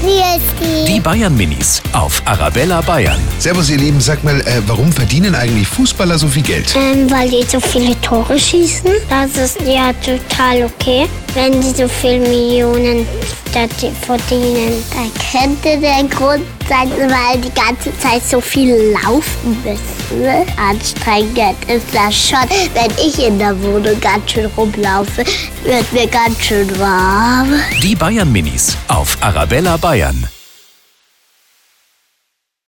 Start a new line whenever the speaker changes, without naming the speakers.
Hier ist
Die Bayern Minis auf Arabella Bayern.
Servus, ihr Lieben. Sag mal, äh, warum verdienen eigentlich Fußballer so viel Geld?
Ähm, weil die so viele Tore schießen. Das ist ja total okay, wenn die so viele Millionen dazu verdienen. Da könnte der Grund sein, weil die ganze Zeit so viel laufen müssen. Ne? Anstrengend ist das schon. Wenn ich in der Wohnung ganz schön rumlaufe, wird mir ganz schön warm.
Die Bayern Minis auf Arabella Bayern.